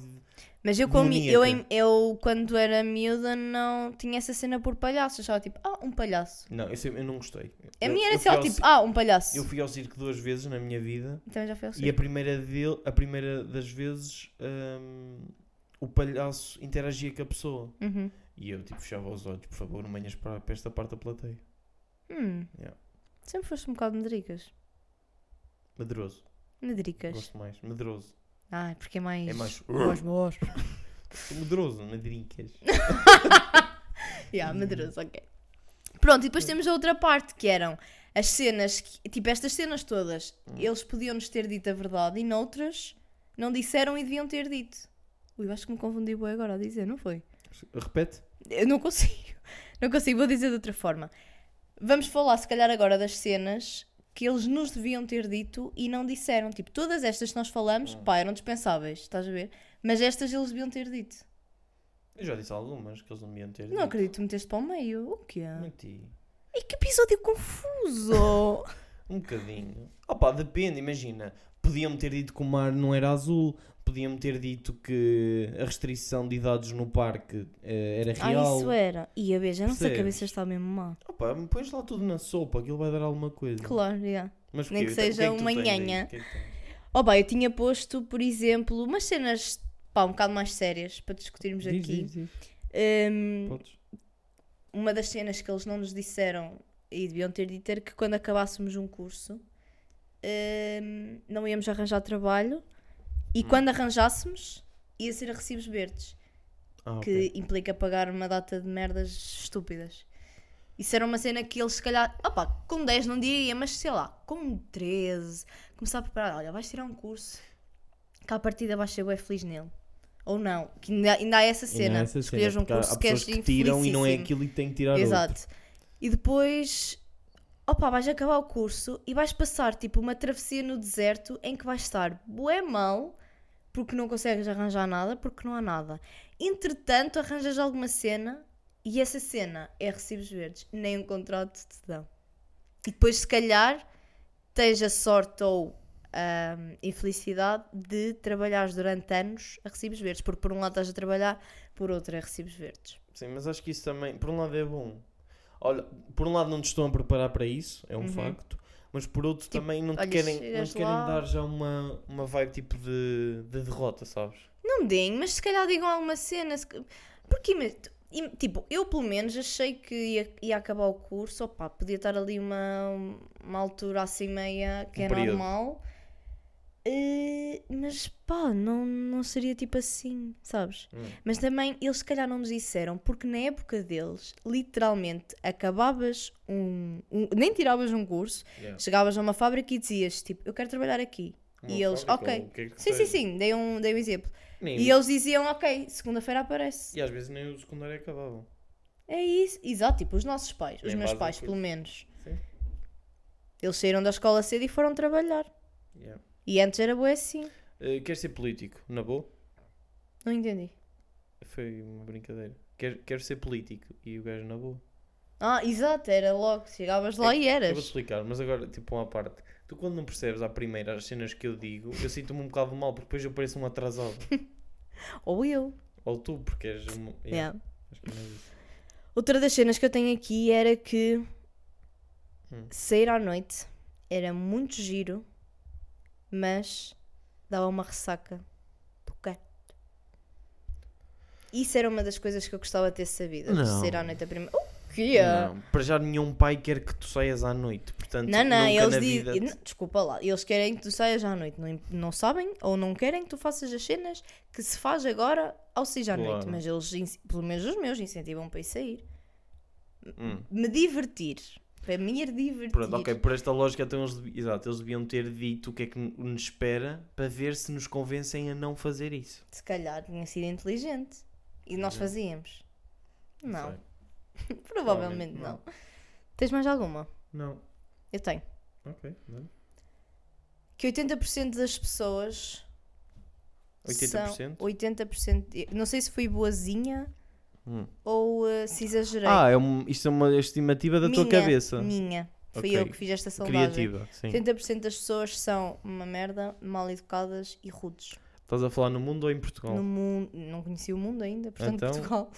Speaker 1: Mas eu, como,
Speaker 2: Demoníaca.
Speaker 1: eu, em- eu, quando era miúda, não tinha essa cena por palhaço. Achava tipo, ah, um palhaço.
Speaker 2: Não, eu, sempre- eu não gostei.
Speaker 1: A
Speaker 2: Eu-
Speaker 1: minha
Speaker 2: eu
Speaker 1: era
Speaker 2: fui
Speaker 1: só
Speaker 2: ao
Speaker 1: tipo,
Speaker 2: ci-
Speaker 1: ah, um palhaço.
Speaker 2: Eu fui ao circo duas vezes na minha vida
Speaker 1: Então já foi ao
Speaker 2: e a
Speaker 1: circo.
Speaker 2: primeira, dele, a primeira das vezes hum, o palhaço interagia com a pessoa.
Speaker 1: Uhum.
Speaker 2: E eu tipo fechava os olhos, por favor, não manhas para, para esta parte da plateia.
Speaker 1: Hum.
Speaker 2: Yeah.
Speaker 1: Sempre foste um bocado medricas.
Speaker 2: Medroso.
Speaker 1: Medricas.
Speaker 2: Gosto mais. Medroso.
Speaker 1: Ah, porque é mais.
Speaker 2: É mais.
Speaker 1: mais mós.
Speaker 2: Medroso, é medrincas.
Speaker 1: yeah,
Speaker 2: hum.
Speaker 1: medroso, ok. Pronto, e depois temos a outra parte que eram as cenas, que- tipo estas cenas todas,
Speaker 2: Hum.
Speaker 1: eles podiam-nos ter dito a verdade e noutras não disseram e deviam ter dito. Ui, eu acho que me confundi bem agora a dizer, não foi?
Speaker 2: Repete?
Speaker 1: Eu não consigo. Não consigo, vou dizer de outra forma. Vamos falar, se calhar, agora das cenas que eles nos deviam ter dito e não disseram. Tipo, todas estas que nós falamos,
Speaker 2: Hum.
Speaker 1: pá, eram dispensáveis, estás a ver? Mas estas eles deviam ter dito.
Speaker 2: Eu já disse algumas que eles não me iam ter.
Speaker 1: Não acredito que meteste para o meio. O que é?
Speaker 2: Menti.
Speaker 1: E que episódio confuso!
Speaker 2: Um bocadinho. Opa, depende, imagina. Podiam-me ter dito que o mar não era azul, podiam-me ter dito que a restrição de idades no parque eh, era
Speaker 1: ah,
Speaker 2: real.
Speaker 1: isso era. E a beija, a nossa
Speaker 2: Percebes? Hum.
Speaker 1: cabeça está mesmo má.
Speaker 2: Opa, pões lá tudo na sopa, aquilo vai dar alguma coisa.
Speaker 1: Claro, yeah.
Speaker 2: Mas
Speaker 1: Nem
Speaker 2: porquê?
Speaker 1: que seja
Speaker 2: O é tu
Speaker 1: uma
Speaker 2: tens aí?
Speaker 1: nhanha.
Speaker 2: O que é que tens?
Speaker 1: Oh, pá, eu tinha posto, por exemplo, umas cenas, pá, um bocado mais sérias para discutirmos
Speaker 2: Diz,
Speaker 1: aqui.
Speaker 2: diz, diz.
Speaker 1: Hum,
Speaker 2: Podes.
Speaker 1: uma das cenas que eles não nos disseram e deviam ter dito era que quando acabássemos um curso hum, não íamos arranjar trabalho e
Speaker 2: Hum.
Speaker 1: quando arranjássemos ia ser a recibos verdes,
Speaker 2: Ah,
Speaker 1: que
Speaker 2: ok.
Speaker 1: implica pagar uma data de merdas estúpidas. Isso era uma cena que eles se calhar, opa, com 10 não diria, mas sei lá, com 13, começar a preparar, olha, vais tirar um curso, que à partida vais ser bem feliz nele. Ou não, que ainda, ainda há essa
Speaker 2: E não
Speaker 1: cena,
Speaker 2: é essa
Speaker 1: escolheres
Speaker 2: cena,
Speaker 1: um
Speaker 2: porque há-
Speaker 1: curso
Speaker 2: há
Speaker 1: que és
Speaker 2: pessoas que tiram e não é
Speaker 1: infelicíssimo.
Speaker 2: aquilo e tem que tirar
Speaker 1: Exato.
Speaker 2: outro.
Speaker 1: E depois, opa, vais acabar o curso e vais passar tipo uma travessia no deserto em que vais estar bué mal porque não consegues arranjar nada, porque não há nada. Entretanto, arranjas alguma cena e essa cena é recibos verdes, nem um contrato te dão. E depois, se calhar, tens a sorte ou a infelicidade de trabalhares durante anos a recibos verdes, porque por um lado estás a trabalhar, por outro é recibos verdes.
Speaker 2: Sim, mas acho que isso também, por um lado é bom. Olha, por um lado não te estão a preparar para isso, é um facto, mas por outro também não te
Speaker 1: Uhum. Tipo, olha,
Speaker 2: querem, não
Speaker 1: chegas
Speaker 2: te querem
Speaker 1: lá-
Speaker 2: dar já uma, uma vibe tipo de, de derrota, sabes?
Speaker 1: Não deem, mas se calhar digam alguma cena. se ca- Porque, ima- im- tipo, eu pelo menos achei que ia, ia acabar o curso. Opa, podia estar ali uma, uma altura assim meia que
Speaker 2: Um
Speaker 1: é
Speaker 2: período.
Speaker 1: normal. Eh, mas pá, não, não seria tipo assim, sabes?
Speaker 2: Hum.
Speaker 1: Mas também eles se calhar não nos disseram, porque na época deles, literalmente, acabavas um. um- nem tiravas um curso,
Speaker 2: Yeah.
Speaker 1: chegavas a uma fábrica e dizias tipo, eu quero trabalhar aqui. e eles,
Speaker 2: Homofóbico, ou
Speaker 1: ok.
Speaker 2: o que é que
Speaker 1: sim, sim,
Speaker 2: seja.
Speaker 1: sim, dei um, dei um exemplo.
Speaker 2: Nem-
Speaker 1: E eles diziam, ok, segunda-feira aparece.
Speaker 2: e às vezes nem o secundário acabava.
Speaker 1: É isso. Exato, tipo, os nossos pais, os
Speaker 2: Nem
Speaker 1: meus
Speaker 2: fazem
Speaker 1: pais,
Speaker 2: isso.
Speaker 1: pelo menos.
Speaker 2: Sim.
Speaker 1: Eles saíram da escola cedo e foram trabalhar.
Speaker 2: Yeah.
Speaker 1: E antes era boa assim.
Speaker 2: Eh, queres ser político? Na boa?
Speaker 1: Não entendi.
Speaker 2: Foi uma brincadeira. Quer, quero ser político. E o gajo, na boa.
Speaker 1: Ah, exato, era logo. Chegavas lá e
Speaker 2: Eu vou-te
Speaker 1: eras.
Speaker 2: explicar, mas agora, tipo, uma parte. Tu quando não percebes à primeira as cenas que eu digo, eu sinto-me um bocado mal, porque depois eu pareço um atrasado.
Speaker 1: Ou eu.
Speaker 2: Ou tu, porque és um... Yeah,
Speaker 1: Yeah.
Speaker 2: acho que não é isso.
Speaker 1: Outra das cenas que eu tenho aqui era que
Speaker 2: Hum.
Speaker 1: sair à noite era muito giro, mas dava uma ressaca do gato. Isso era uma das coisas que eu gostava de ter sabido. de
Speaker 2: Não.
Speaker 1: Sair à noite a primeira. O quê? Não,
Speaker 2: Não, para já nenhum pai quer que tu saias à noite, portanto,
Speaker 1: não,
Speaker 2: nunca na
Speaker 1: eles
Speaker 2: vida...
Speaker 1: dizem. não, Desculpa lá, eles querem que tu saias à noite. Não, não sabem ou não querem que tu faças as cenas que se faz agora ao sair à noite.
Speaker 2: Claro.
Speaker 1: Mas eles, inci- pelo menos os meus, incentivam para ir sair.
Speaker 2: Hum.
Speaker 1: me divertir. Para mim era divertir.
Speaker 2: Pronto, ok, por esta lógica, então eles, devi- exato, eles deviam ter dito o que é que n- nos espera para ver se nos convencem a não fazer isso.
Speaker 1: Se calhar tinha sido inteligente. E nós fazíamos. Não,
Speaker 2: Uhum. sei.
Speaker 1: provavelmente
Speaker 2: provavelmente
Speaker 1: não. Tens mais alguma?
Speaker 2: Não.
Speaker 1: Eu tenho.
Speaker 2: Ok. não.
Speaker 1: Que 80% das pessoas. São
Speaker 2: 80%?
Speaker 1: 80%. de- Não sei se fui boazinha
Speaker 2: Hum.
Speaker 1: ou eh, se exagerei.
Speaker 2: Ah, é um, isto é uma estimativa da tua
Speaker 1: Minha,
Speaker 2: cabeça.
Speaker 1: Minha. Foi
Speaker 2: Ok.
Speaker 1: eu que fiz esta sondagem.
Speaker 2: Criativa, sim.
Speaker 1: 80% das pessoas são uma merda, mal educadas e rudes.
Speaker 2: Estás a falar no mundo ou em Portugal?
Speaker 1: No mundo, não conheci o mundo ainda, portanto
Speaker 2: Então,
Speaker 1: Portugal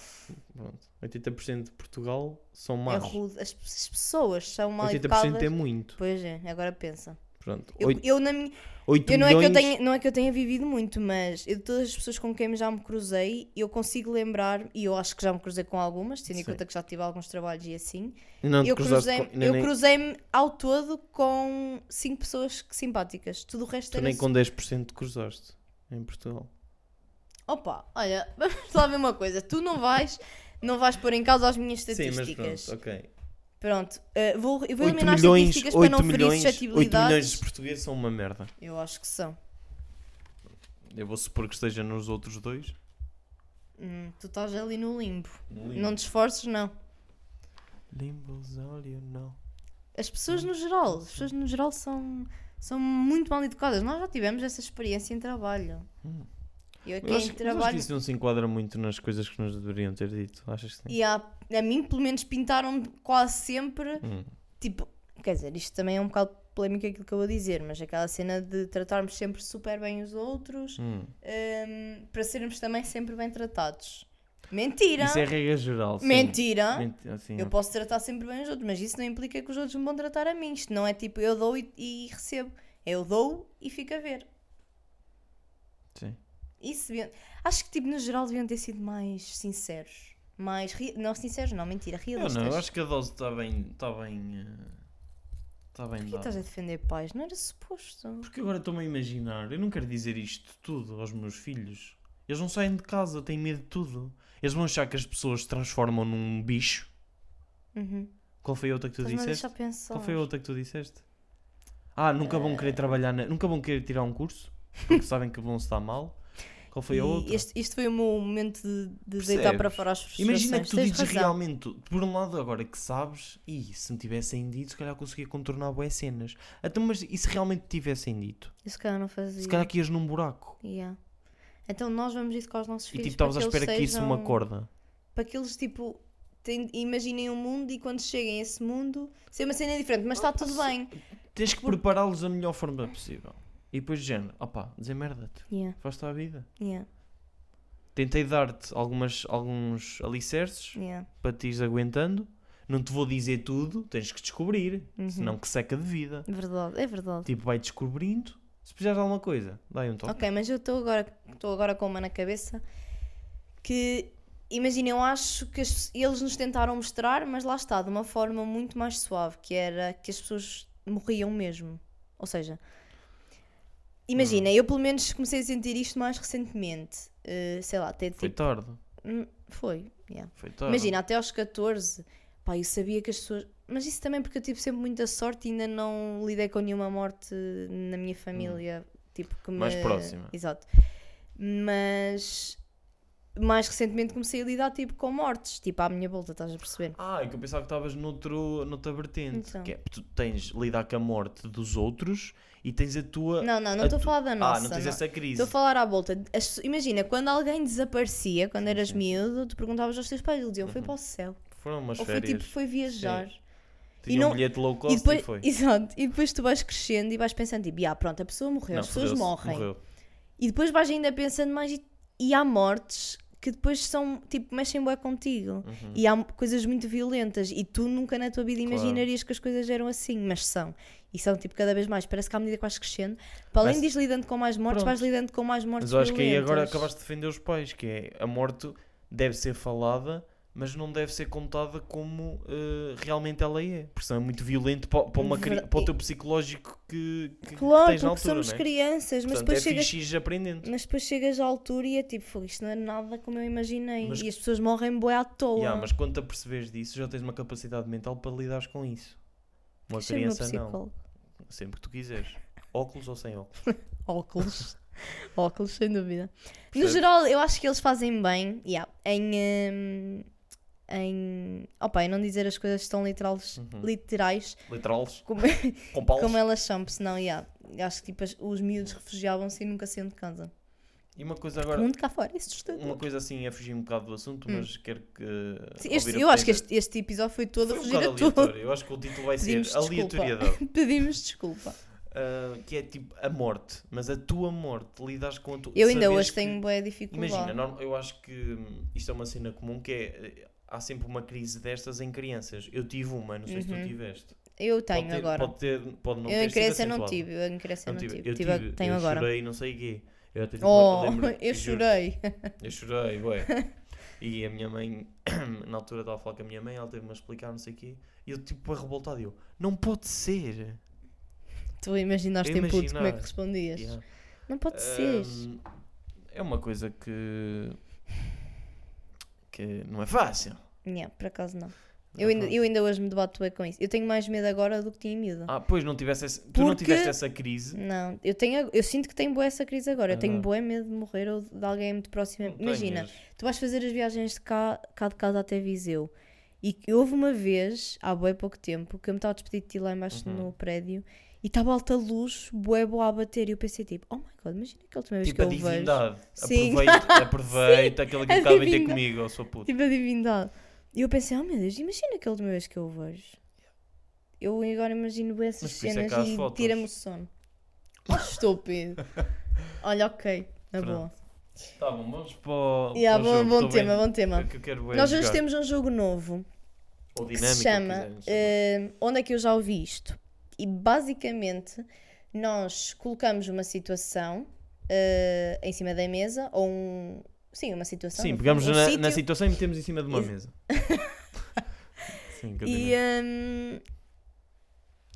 Speaker 2: Pronto. 80% de Portugal são
Speaker 1: é
Speaker 2: más.
Speaker 1: rude. As, as pessoas são mal
Speaker 2: 80%
Speaker 1: educadas.
Speaker 2: é muito.
Speaker 1: Pois é, agora pensa.
Speaker 2: Pronto.
Speaker 1: Eu,
Speaker 2: Oito-
Speaker 1: eu na minha,
Speaker 2: oito
Speaker 1: eu não, é que eu
Speaker 2: milhões-
Speaker 1: tenha, não é que eu tenha vivido muito, mas eu de todas as pessoas com quem já me cruzei, eu consigo lembrar, e eu acho que já me cruzei com algumas, tendo em
Speaker 2: Sim.
Speaker 1: conta que já tive alguns trabalhos e assim.
Speaker 2: Não te
Speaker 1: eu
Speaker 2: cruzaste
Speaker 1: cruzei-me
Speaker 2: com- nem-
Speaker 1: eu
Speaker 2: nem-
Speaker 1: cruzei-me ao todo com cinco pessoas que- simpáticas. Tudo o resto
Speaker 2: Tu
Speaker 1: era.
Speaker 2: nem
Speaker 1: só-
Speaker 2: com 10% te cruzaste em Portugal.
Speaker 1: assim. Opa, olha, vamos lá ver uma coisa. Tu não vais. Não vais pôr em causa as minhas estatísticas.
Speaker 2: Sim, mas pronto, ok.
Speaker 1: pronto, eh, vou, eu vou
Speaker 2: 8
Speaker 1: eliminar as
Speaker 2: milhões,
Speaker 1: estatísticas para
Speaker 2: 8
Speaker 1: não ferir
Speaker 2: milhões, 8 milhões de
Speaker 1: suscetibilidades.
Speaker 2: portugueses são uma merda.
Speaker 1: Eu acho que são.
Speaker 2: Eu vou supor que esteja nos outros dois.
Speaker 1: Hum, tu estás ali no limbo. Não
Speaker 2: Limbo.
Speaker 1: te esforces, não.
Speaker 2: Limbo's all you know.
Speaker 1: As pessoas no geral, as pessoas no geral são, são muito mal educadas. Nós já tivemos essa experiência em trabalho.
Speaker 2: Hum.
Speaker 1: Eu aqui
Speaker 2: Mas acho,
Speaker 1: em
Speaker 2: que- mas acho que
Speaker 1: trabalho.
Speaker 2: isso não se enquadra muito nas coisas que nos deveriam ter dito. Achas que sim?
Speaker 1: E há, a mim, pelo menos, pintaram quase sempre.
Speaker 2: Hum.
Speaker 1: Tipo, quer dizer, isto também é um bocado polémico aquilo que eu vou dizer, mas aquela cena de tratarmos sempre super bem os outros
Speaker 2: Hum.
Speaker 1: hum, para sermos também sempre bem tratados. Mentira!
Speaker 2: Isso é regra geral. sim.
Speaker 1: Mentira!
Speaker 2: Menti- assim,
Speaker 1: Eu posso tratar sempre bem os outros, mas isso não implica que os outros me vão tratar a mim. Isto não é tipo eu dou e, e recebo. É Eu dou e fico a ver.
Speaker 2: sim.
Speaker 1: Isso devia- Acho que tipo, no geral deviam ter sido mais sinceros. Mais. re- Não sinceros, não, mentira,
Speaker 2: Eu
Speaker 1: realistas.
Speaker 2: não, eu acho que a dose está bem. Está bem. Está bem
Speaker 1: Porquê estás
Speaker 2: dada.
Speaker 1: a defender pais? Não era suposto.
Speaker 2: Porque agora estou-me a imaginar. Eu não quero dizer isto tudo aos meus filhos. Eles não saem de casa, têm medo de tudo. Eles vão achar que as pessoas se transformam num bicho.
Speaker 1: Uhum.
Speaker 2: Qual foi a outra que tu
Speaker 1: Estás-me a
Speaker 2: disseste?
Speaker 1: deixar pensar.
Speaker 2: Qual foi a outra que tu disseste? Ah, nunca vão
Speaker 1: Eh.
Speaker 2: querer trabalhar, na- nunca vão querer tirar um curso, porque sabem que vão se dar mal. Qual foi a
Speaker 1: E
Speaker 2: outra?
Speaker 1: este- isto foi o meu momento de, de deitar para
Speaker 2: Percebes?
Speaker 1: fora as frustrações.
Speaker 2: Imagina que tu
Speaker 1: Tens
Speaker 2: dizes
Speaker 1: razão.
Speaker 2: realmente, tudo. por um lado agora que sabes, e se me tivessem dito, se calhar conseguia contornar boas cenas. Até mas e se realmente tivessem dito?
Speaker 1: Eu se calhar não fazia.
Speaker 2: Se calhar que ias num buraco.
Speaker 1: Yeah. Então nós vamos isso com os nossos
Speaker 2: E
Speaker 1: filhos.
Speaker 2: tipo, estavas à
Speaker 1: para que
Speaker 2: espera
Speaker 1: eles
Speaker 2: que isso
Speaker 1: sejam...
Speaker 2: uma corda.
Speaker 1: para que eles tipo ten- imaginem um mundo e quando cheguem a esse mundo ser uma cena diferente, mas está tudo bem.
Speaker 2: Tens que prepará-los da melhor forma possível. E depois, de género, opá, desemmerda-te.
Speaker 1: Yeah,
Speaker 2: Faz-te à vida.
Speaker 1: yeah,
Speaker 2: Tentei dar-te algumas, alguns alicerces
Speaker 1: yeah.
Speaker 2: para te ires aguentando. Não te vou dizer tudo, tens que descobrir.
Speaker 1: Uhum.
Speaker 2: Senão que seca de vida.
Speaker 1: Verdade, é verdade.
Speaker 2: Tipo, vai descobrindo. Se precisares de alguma coisa, dá aí um toque.
Speaker 1: Ok, mas eu estou agora, estou agora com uma na cabeça que imagina, eu acho que as- eles nos tentaram mostrar, mas lá está, de uma forma muito mais suave, que era que as pessoas morriam mesmo. Ou seja, imagina, eu pelo menos comecei a sentir isto mais recentemente. Eh, sei lá, até
Speaker 2: Foi
Speaker 1: tipo.
Speaker 2: tarde.
Speaker 1: hum, Foi, yeah.
Speaker 2: Foi tarde.
Speaker 1: Imagina, até aos 14, pá, eu sabia que as pessoas. Mas isso também porque eu tive sempre muita sorte e ainda não lidei com nenhuma morte na minha família Tipo, que me...
Speaker 2: Hum. Mais próxima.
Speaker 1: Exato. Mas mais recentemente comecei a lidar tipo com mortes, tipo à minha volta, estás a perceber?
Speaker 2: Ah, é que eu pensava que estavas noutro, noutra vertente.
Speaker 1: Então.
Speaker 2: Que é, tu tens lidar com a morte dos outros e tens a tua.
Speaker 1: Não, não, não
Speaker 2: Ah, a
Speaker 1: estou a
Speaker 2: tu-
Speaker 1: falar da nossa.
Speaker 2: Ah, não tens essa crise.
Speaker 1: Estou a falar à volta. As- imagina, quando alguém desaparecia, quando eras
Speaker 2: sim, sim.
Speaker 1: miúdo, tu perguntavas aos teus pais, eles diziam, foi
Speaker 2: Uhum.
Speaker 1: para o céu.
Speaker 2: Foram umas
Speaker 1: Ou foi
Speaker 2: férias.
Speaker 1: tipo, foi viajar.
Speaker 2: Tinha
Speaker 1: não-
Speaker 2: um bilhete low cost
Speaker 1: E
Speaker 2: e,
Speaker 1: depois,
Speaker 2: foi.
Speaker 1: exato, e depois tu vais crescendo e vais pensando, tipo, ah, pronto, a pessoa morreu,
Speaker 2: Não,
Speaker 1: as pessoas
Speaker 2: fodeu-se,
Speaker 1: morrem.
Speaker 2: Morreu.
Speaker 1: E depois vais ainda pensando mais e, e há mortes que depois são, tipo, mexem bué contigo.
Speaker 2: Uhum.
Speaker 1: E há coisas muito violentas e tu nunca na tua vida
Speaker 2: Claro.
Speaker 1: imaginarias que as coisas eram assim, mas são. E são, tipo, cada vez mais. Parece que à medida que vais crescendo, para além
Speaker 2: Mas-
Speaker 1: de ires lidando com mais mortes,
Speaker 2: Pronto.
Speaker 1: vais lidando com mais mortes
Speaker 2: Mas eu acho que aí agora
Speaker 1: violentas.
Speaker 2: acabaste de defender os pais, que é a morte deve ser falada, mas não deve ser contada como eh, realmente ela é. Porque senão é muito violento para, para, uma, cri-
Speaker 1: Ver-
Speaker 2: para o teu psicológico que, que- que,
Speaker 1: Claro,
Speaker 2: tens
Speaker 1: porque
Speaker 2: na altura,
Speaker 1: somos
Speaker 2: não é?
Speaker 1: crianças, mas
Speaker 2: Portanto,
Speaker 1: depois,
Speaker 2: é
Speaker 1: chegas,
Speaker 2: fixe ires aprendendo.
Speaker 1: mas depois chegas à altura e é tipo, "Fogo, isto não é nada como eu imaginei.
Speaker 2: Mas-
Speaker 1: E as pessoas morrem bué à toa.
Speaker 2: Yeah, mas quando te aperceberes disso, já tens uma capacidade mental para lidares com isso. Uma
Speaker 1: Chama o
Speaker 2: criança não.
Speaker 1: psicólogo.
Speaker 2: Sempre que tu quiseres. Óculos ou sem óculos.
Speaker 1: Óculos. Óculos, sem dúvida. No
Speaker 2: Percebes?
Speaker 1: geral, eu acho que eles fazem bem yeah, em. hum, em. Opa, em não dizer as coisas tão literais,
Speaker 2: Uhum.
Speaker 1: literais
Speaker 2: Literais.
Speaker 1: como,
Speaker 2: Com paus.
Speaker 1: como elas são, porque senão, yeah, acho que tipo, as- os miúdos refugiavam-se e nunca saíam de casa.
Speaker 2: E uma coisa
Speaker 1: O
Speaker 2: agora.
Speaker 1: mundo cá fora, isso tudo.
Speaker 2: Uma coisa assim é fugir um bocado do assunto, mas quero que.
Speaker 1: Hum. Sim,
Speaker 2: eh,
Speaker 1: este-
Speaker 2: ouvir a
Speaker 1: eu acho que
Speaker 2: Teresa.
Speaker 1: este, este episódio foi todo
Speaker 2: Foi
Speaker 1: a
Speaker 2: um
Speaker 1: fugir a
Speaker 2: bocado
Speaker 1: tudo.
Speaker 2: aleatório. Eu acho que o título vai ser
Speaker 1: Pedimos desculpa.
Speaker 2: Aleatoriedade,
Speaker 1: Pedimos desculpa.
Speaker 2: ah, que é tipo a morte, mas a tua morte, lidas com a tua.
Speaker 1: Eu ainda
Speaker 2: sabes
Speaker 1: hoje
Speaker 2: que-
Speaker 1: tenho boa dificuldade.
Speaker 2: Imagina, norm- eu acho que hum, isto é uma cena comum que é. eh, Há sempre uma crise destas em crianças. Eu tive uma, não sei se tu
Speaker 1: Uhum.
Speaker 2: tiveste.
Speaker 1: eu tenho
Speaker 2: pode ter,
Speaker 1: agora.
Speaker 2: Pode, ter, pode não
Speaker 1: eu
Speaker 2: ter
Speaker 1: em
Speaker 2: sido
Speaker 1: criança não
Speaker 2: acentuada.
Speaker 1: tive, eu em criança não, tive.
Speaker 2: Eu
Speaker 1: Tive a-
Speaker 2: tive,
Speaker 1: tenho
Speaker 2: eu
Speaker 1: agora.
Speaker 2: chorei, não sei quê. Tipo, Eu até tive-
Speaker 1: oh,
Speaker 2: lembro-
Speaker 1: eu
Speaker 2: juro.
Speaker 1: chorei.
Speaker 2: Eu chorei, ué. E a minha mãe, na altura estava a falar com a minha mãe, ela teve-me a explicar, não sei o quê. E eu, tipo, a revoltado, eu, não pode ser.
Speaker 1: Tu imaginaste
Speaker 2: Eu
Speaker 1: em puto como é que
Speaker 2: imaginar.
Speaker 1: respondias.
Speaker 2: Yeah.
Speaker 1: Não pode ser.
Speaker 2: Ahm, é uma coisa que. que não é fácil.
Speaker 1: Yeah, por acaso não.
Speaker 2: Não
Speaker 1: Eu
Speaker 2: é
Speaker 1: ainda,
Speaker 2: fácil.
Speaker 1: eu ainda hoje me debato bué com isso. Eu tenho mais medo agora do que tinha medo.
Speaker 2: Ah, pois, não tivesse esse- tu não
Speaker 1: Porque-
Speaker 2: tiveste essa crise.
Speaker 1: Não, eu, tenho, eu sinto que tenho boa essa crise agora. Eu tenho
Speaker 2: Ah.
Speaker 1: boa medo de morrer ou de alguém muito próximo. a mim.
Speaker 2: Não
Speaker 1: Imagina,
Speaker 2: tenhas.
Speaker 1: tu vais fazer as viagens de cá, cá de casa até Viseu. E que houve uma vez, há bué pouco tempo, que eu me estava a despedir de ti lá embaixo
Speaker 2: Uhum.
Speaker 1: no prédio e estava alta luz, bué boa a bater. E eu pensei tipo, oh my god, imagina que a última vez
Speaker 2: Tipo, a
Speaker 1: que eu o vejo.
Speaker 2: divindade.
Speaker 1: Sim.
Speaker 2: Aproveita, aproveita aquele que
Speaker 1: a
Speaker 2: acaba de ter
Speaker 1: divindade.
Speaker 2: comigo, oh, eu sou puto.
Speaker 1: Tipo a divindade. E eu pensei, oh meu Deus, imagina que a última vez que eu o vejo. Eu agora imagino bué essas
Speaker 2: Mas por isso é
Speaker 1: cenas
Speaker 2: que há as
Speaker 1: e
Speaker 2: fotos.
Speaker 1: tira-me o sono. Oh, estúpido. Olha, ok, na
Speaker 2: Pronto.
Speaker 1: boa.
Speaker 2: Tá bom, vamos para o.
Speaker 1: Yeah,
Speaker 2: para o
Speaker 1: bom,
Speaker 2: jogo,
Speaker 1: bom
Speaker 2: tô bem-
Speaker 1: tema, bom tema.
Speaker 2: é que eu quero bem
Speaker 1: Nós hoje
Speaker 2: jogar.
Speaker 1: temos um jogo novo
Speaker 2: Ou
Speaker 1: que
Speaker 2: dinâmica, é, um
Speaker 1: se chama
Speaker 2: quisermos chamar.
Speaker 1: eh, Onde é que eu já ouvi isto? E basicamente nós colocamos uma situação eh, em cima da mesa ou um. Sim, uma situação.
Speaker 2: Sim,
Speaker 1: no
Speaker 2: pegamos
Speaker 1: fundo, um
Speaker 2: na,
Speaker 1: sítio,
Speaker 2: na situação e metemos em cima de uma
Speaker 1: Ex-
Speaker 2: mesa. Sim,
Speaker 1: E,
Speaker 2: continua.
Speaker 1: hum,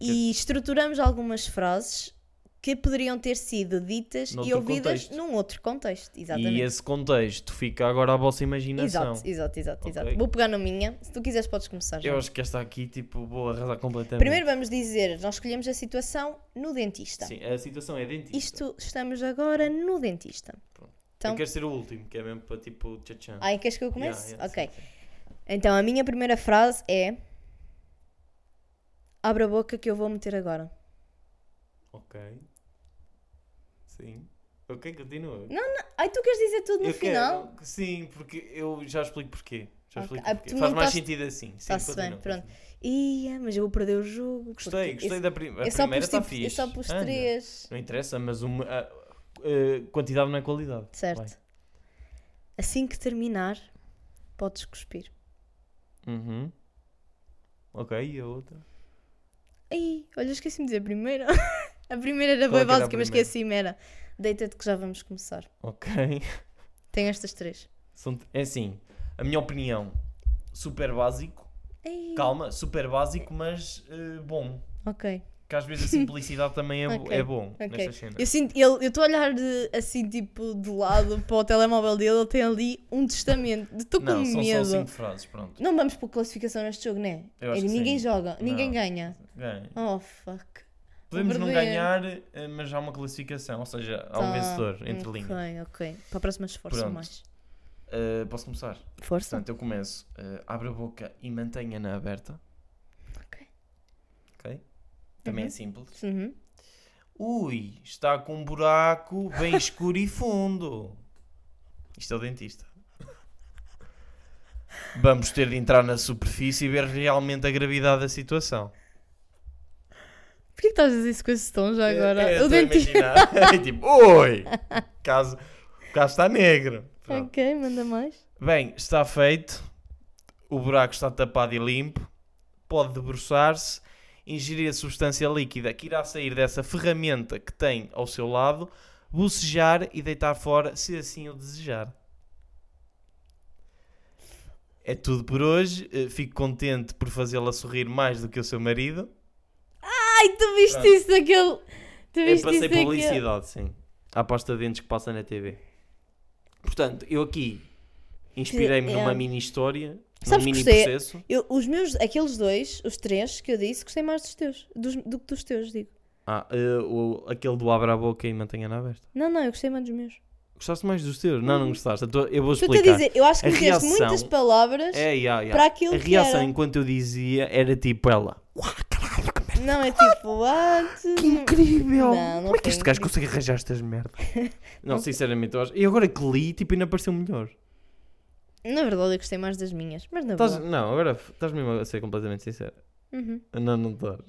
Speaker 1: e estruturamos algumas frases que poderiam ter sido ditas e
Speaker 2: Noutro
Speaker 1: ouvidas
Speaker 2: contexto.
Speaker 1: num outro contexto.
Speaker 2: E,
Speaker 1: Exatamente.
Speaker 2: esse contexto fica agora à vossa imaginação.
Speaker 1: Exato, exato, exato, exato.
Speaker 2: Ok.
Speaker 1: Vou pegar na minha. Se tu quiseres, podes começar. já.
Speaker 2: Eu acho que esta aqui, tipo, vou arrasar completamente.
Speaker 1: Primeiro vamos dizer, nós escolhemos a situação no dentista.
Speaker 2: Sim, a situação é dentista.
Speaker 1: Isto, estamos agora no dentista.
Speaker 2: Pronto.
Speaker 1: Então,
Speaker 2: Eu quero ser o último, que é mesmo para tipo tchan
Speaker 1: ai, queres que eu
Speaker 2: Yeah,
Speaker 1: comece?
Speaker 2: yeah,
Speaker 1: ok.
Speaker 2: sim, sim.
Speaker 1: Então, a minha primeira frase é... Abre a boca que eu vou meter agora.
Speaker 2: Ok. Sim. Ok, continua.
Speaker 1: Ai, tu queres dizer tudo no
Speaker 2: eu
Speaker 1: final?
Speaker 2: quero. Sim, porque eu já explico porquê. Já
Speaker 1: Ok.
Speaker 2: explico
Speaker 1: Ah,
Speaker 2: porquê.
Speaker 1: tu
Speaker 2: Faz
Speaker 1: não
Speaker 2: mais
Speaker 1: estás-
Speaker 2: sentido assim. Sim,
Speaker 1: Está-se bem,
Speaker 2: continua,
Speaker 1: pronto.
Speaker 2: continua.
Speaker 1: Ia, mas eu vou perder o jogo.
Speaker 2: Gostei,
Speaker 1: porque
Speaker 2: gostei
Speaker 1: esse-
Speaker 2: da prim... a
Speaker 1: eu só
Speaker 2: primeira.
Speaker 1: pus,
Speaker 2: Está
Speaker 1: tipo, eu
Speaker 2: fixe.
Speaker 1: só pus
Speaker 2: Anda.
Speaker 1: três.
Speaker 2: Não interessa, mas uma, a- a- quantidade não é qualidade.
Speaker 1: Certo.
Speaker 2: Vai.
Speaker 1: Assim que terminar, podes cuspir.
Speaker 2: Uhum. Ok, e a outra?
Speaker 1: Ai, olha, esqueci-me de dizer a primeira. a primeira era bem
Speaker 2: Qual é que era a
Speaker 1: básica, mas
Speaker 2: primeira?
Speaker 1: esqueci-me. Era deita-te que já vamos começar.
Speaker 2: Ok.
Speaker 1: Tem estas três.
Speaker 2: São- é assim, a minha opinião, super básico.
Speaker 1: Ai,
Speaker 2: Calma, super básico, mas eh, bom.
Speaker 1: ok.
Speaker 2: Que às vezes a simplicidade também é, bo-
Speaker 1: Ok,
Speaker 2: é bom
Speaker 1: ok.
Speaker 2: nestas cenas.
Speaker 1: Eu sinto, ele- eu estou a olhar de- assim, tipo, de lado para o telemóvel dele. Ele tem ali um testamento. Estou com
Speaker 2: Não, são
Speaker 1: medo.
Speaker 2: só cinco frases, pronto.
Speaker 1: Não vamos por classificação neste jogo, né?
Speaker 2: Eu acho que
Speaker 1: Ninguém
Speaker 2: sim.
Speaker 1: joga, ninguém
Speaker 2: Não.
Speaker 1: ganha.
Speaker 2: Ganha.
Speaker 1: Oh, fuck.
Speaker 2: Podemos não
Speaker 1: Vergonha.
Speaker 2: ganhar, eh, mas há uma classificação, ou seja, há um
Speaker 1: Tá,
Speaker 2: vencedor entre linhas.
Speaker 1: Ok, ok. Para a próxima esforço
Speaker 2: Pronto.
Speaker 1: mais.
Speaker 2: Eh, posso começar?
Speaker 1: Força.
Speaker 2: Portanto, eu começo. eh, abre a boca e mantenha-na aberta,
Speaker 1: Ok.
Speaker 2: ok? Também
Speaker 1: Uhum.
Speaker 2: é simples.
Speaker 1: Uhum.
Speaker 2: Ui, está com um buraco bem escuro e fundo. Isto é o dentista. Vamos ter de entrar na superfície e ver realmente a gravidade da situação.
Speaker 1: Porquê que estás a dizer isso com esse tom já agora?
Speaker 2: É, é,
Speaker 1: o
Speaker 2: estou a
Speaker 1: dentista.
Speaker 2: imaginar. É tipo, oi! O caso, o caso está negro. Pronto.
Speaker 1: Ok, manda mais.
Speaker 2: Bem, está feito. O buraco está tapado e limpo. Pode debruçar-se, ingerir a substância líquida que irá sair dessa ferramenta que tem ao seu lado, bocejar e deitar fora, se assim o desejar. É tudo por hoje. Eh, Fico contente por fazê-la sorrir mais do que o seu marido.
Speaker 1: Ai, tu viste
Speaker 2: Pronto.
Speaker 1: isso daquele. Tu
Speaker 2: Eu
Speaker 1: viste
Speaker 2: passei
Speaker 1: isso daquele-
Speaker 2: É publicidade, sim. A pasta de dentes que passa na TV. Portanto, eu aqui inspirei-me
Speaker 1: Que-
Speaker 2: numa
Speaker 1: é.
Speaker 2: mini história, num
Speaker 1: Sabes que
Speaker 2: mini
Speaker 1: gostei-
Speaker 2: processo.
Speaker 1: Eu- os meus, aqueles dois, os três que eu disse, gostei mais dos teus. Dos, do que dos teus, digo.
Speaker 2: Ah, eh, o, aquele do abre a boca e mantenha-na aberta.
Speaker 1: Não, não, eu gostei mais dos meus.
Speaker 2: Gostaste mais dos teus?
Speaker 1: Hum.
Speaker 2: Não, não gostaste. Eu, tô- eu vou
Speaker 1: Estou-te a
Speaker 2: explicar.
Speaker 1: dizer, eu acho que
Speaker 2: A
Speaker 1: meteste
Speaker 2: reação-
Speaker 1: muitas palavras
Speaker 2: É, yeah, yeah.
Speaker 1: para aquilo
Speaker 2: A
Speaker 1: que era.
Speaker 2: reação enquanto eu dizia era tipo ela. Uau, caralho, que merda.
Speaker 1: Não, é tipo, what?
Speaker 2: Que incrível!
Speaker 1: Hum. Não, não
Speaker 2: Como é que
Speaker 1: foi
Speaker 2: este gajo
Speaker 1: incrível.
Speaker 2: consegue arranjar estas merdas? não, sinceramente, eu acho. E agora que li, tipo, ainda pareceu melhor.
Speaker 1: Na verdade, eu gostei mais das minhas. Mas na
Speaker 2: Estás-
Speaker 1: É boa.
Speaker 2: não, agora f- estás mesmo a ser completamente sincero.
Speaker 1: Uhum.
Speaker 2: Não, não estás.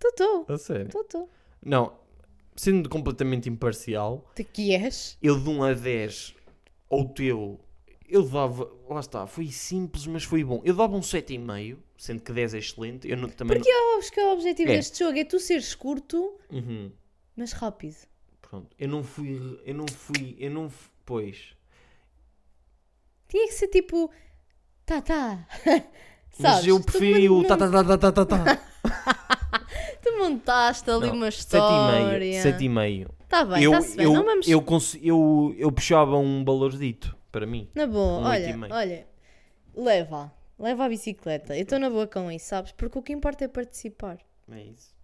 Speaker 1: Tu, tu,
Speaker 2: A sério.
Speaker 1: tu, tu.
Speaker 2: Não, sendo completamente imparcial,
Speaker 1: Tu que és?
Speaker 2: eu de 1 a 10 ao teu, eu dava. Lá está, foi simples, mas foi bom. Eu dava um 7,5, sendo que 10 é excelente. Eu não, também.
Speaker 1: Porque eu acho que o objetivo
Speaker 2: É.
Speaker 1: deste jogo é tu seres curto,
Speaker 2: não- Uhum,
Speaker 1: mas rápido.
Speaker 2: pronto. Eu não fui. Eu não fui. Eu não. f- Pois.
Speaker 1: Tinha que ser tipo. Tá, tá.
Speaker 2: mas eu
Speaker 1: tu
Speaker 2: preferi o.
Speaker 1: mon-
Speaker 2: Tá, tá, tá, tá, tá, tá, tá.
Speaker 1: Tu montaste ali
Speaker 2: Não,
Speaker 1: uma história.
Speaker 2: 7,5. 7,5.
Speaker 1: Tá bem,
Speaker 2: Eu,
Speaker 1: tá-se bem.
Speaker 2: eu,
Speaker 1: não vamos.
Speaker 2: eu, cons- eu, eu puxava um balorzito para mim.
Speaker 1: Na boa,
Speaker 2: Um oito e
Speaker 1: olha,
Speaker 2: meio.
Speaker 1: olha. Leva. Leva a bicicleta. Eu estou na boa com isso, sabes? Porque o que importa é participar.
Speaker 2: É isso.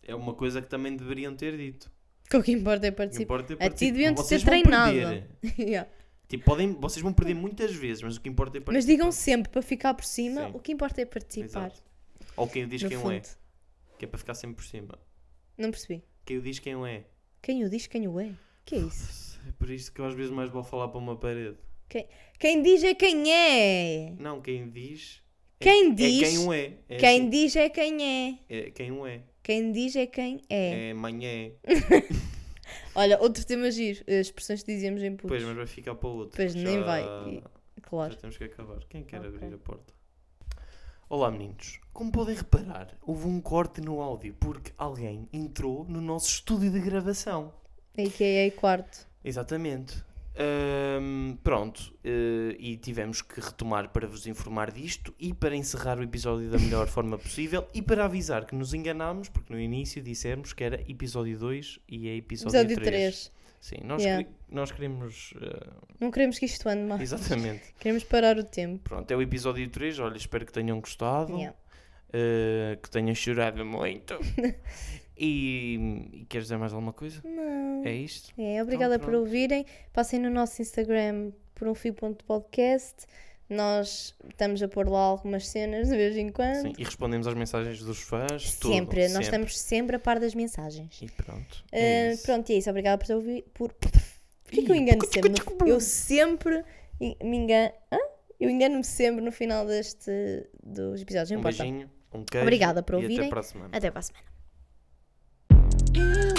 Speaker 2: É uma coisa que também deveriam ter dito.
Speaker 1: O que importa é
Speaker 2: Não
Speaker 1: participar.
Speaker 2: importa é
Speaker 1: A ti
Speaker 2: participar.
Speaker 1: deviam-te
Speaker 2: Vocês
Speaker 1: ter
Speaker 2: vão
Speaker 1: treinado.
Speaker 2: perder.
Speaker 1: Yeah.
Speaker 2: Tipo, podem, vocês vão perder muitas vezes, mas o que importa é participar.
Speaker 1: Mas digam sempre, para ficar por cima,
Speaker 2: Sim.
Speaker 1: o que importa é participar.
Speaker 2: Exato. Ou quem o diz
Speaker 1: no
Speaker 2: quem o
Speaker 1: fundo.
Speaker 2: é, que é para ficar sempre por cima.
Speaker 1: Não percebi.
Speaker 2: Quem o diz quem o é.
Speaker 1: Quem o diz, quem o é? Que é isso?
Speaker 2: É por isso que eu às vezes mais vou falar para uma parede.
Speaker 1: Quem diz é quem é.
Speaker 2: Não, quem diz. é-
Speaker 1: Quem
Speaker 2: É
Speaker 1: diz.
Speaker 2: quem o é. É
Speaker 1: Quem
Speaker 2: assim.
Speaker 1: diz é quem é.
Speaker 2: É quem o é.
Speaker 1: Quem diz é quem é.
Speaker 2: É amanhã.
Speaker 1: Olha, outro tema giro. As expressões que dizíamos em público.
Speaker 2: Pois, mas vai ficar para o outro.
Speaker 1: Pois,
Speaker 2: porque
Speaker 1: nem
Speaker 2: já-
Speaker 1: vai.
Speaker 2: Já
Speaker 1: Claro.
Speaker 2: temos que acabar. Quem quer
Speaker 1: Ok.
Speaker 2: abrir a porta? Olá meninos, como podem reparar, houve um corte no áudio porque alguém entrou no nosso estúdio de gravação.
Speaker 1: AKA é, quarto.
Speaker 2: Exatamente. Ahm, pronto, eh, e tivemos que retomar para vos informar disto e para encerrar o episódio da melhor forma possível e para avisar que nos enganámos porque no início dissemos que era episódio 2 e é episódio,
Speaker 1: Episódio
Speaker 2: 3.
Speaker 1: 3.
Speaker 2: Sim, nós,
Speaker 1: Yeah.
Speaker 2: queri- nós queremos. eh,
Speaker 1: Não queremos que isto ande mais.
Speaker 2: exatamente.
Speaker 1: Queremos parar o tempo.
Speaker 2: Pronto, é o episódio 3. Olha, espero que tenham gostado.
Speaker 1: Yeah.
Speaker 2: eh, que tenham chorado muito. e, e queres dizer mais alguma coisa?
Speaker 1: Não.
Speaker 2: É isto?
Speaker 1: É, obrigada por
Speaker 2: pronto.
Speaker 1: ouvirem. Passem no nosso Instagram por um fio ponto podcast. Nós estamos a pôr lá algumas cenas de vez em
Speaker 2: Sim,
Speaker 1: quando.
Speaker 2: e respondemos às mensagens dos fãs. tudo,
Speaker 1: sempre, nós
Speaker 2: sempre.
Speaker 1: estamos sempre a par das mensagens.
Speaker 2: E pronto.
Speaker 1: Ah,
Speaker 2: é isso.
Speaker 1: pronto, e é isso. Obrigada por ter ouvido. Por... Porquê que eu engano sempre? No- Eu sempre en- me engano. Hã? Eu engano-me sempre no final deste dos episódios. Não
Speaker 2: Um
Speaker 1: importa.
Speaker 2: beijinho, um queijo.
Speaker 1: Obrigada por
Speaker 2: E até
Speaker 1: ouvirem.
Speaker 2: para a semana.
Speaker 1: Até para a semana.
Speaker 3: Eu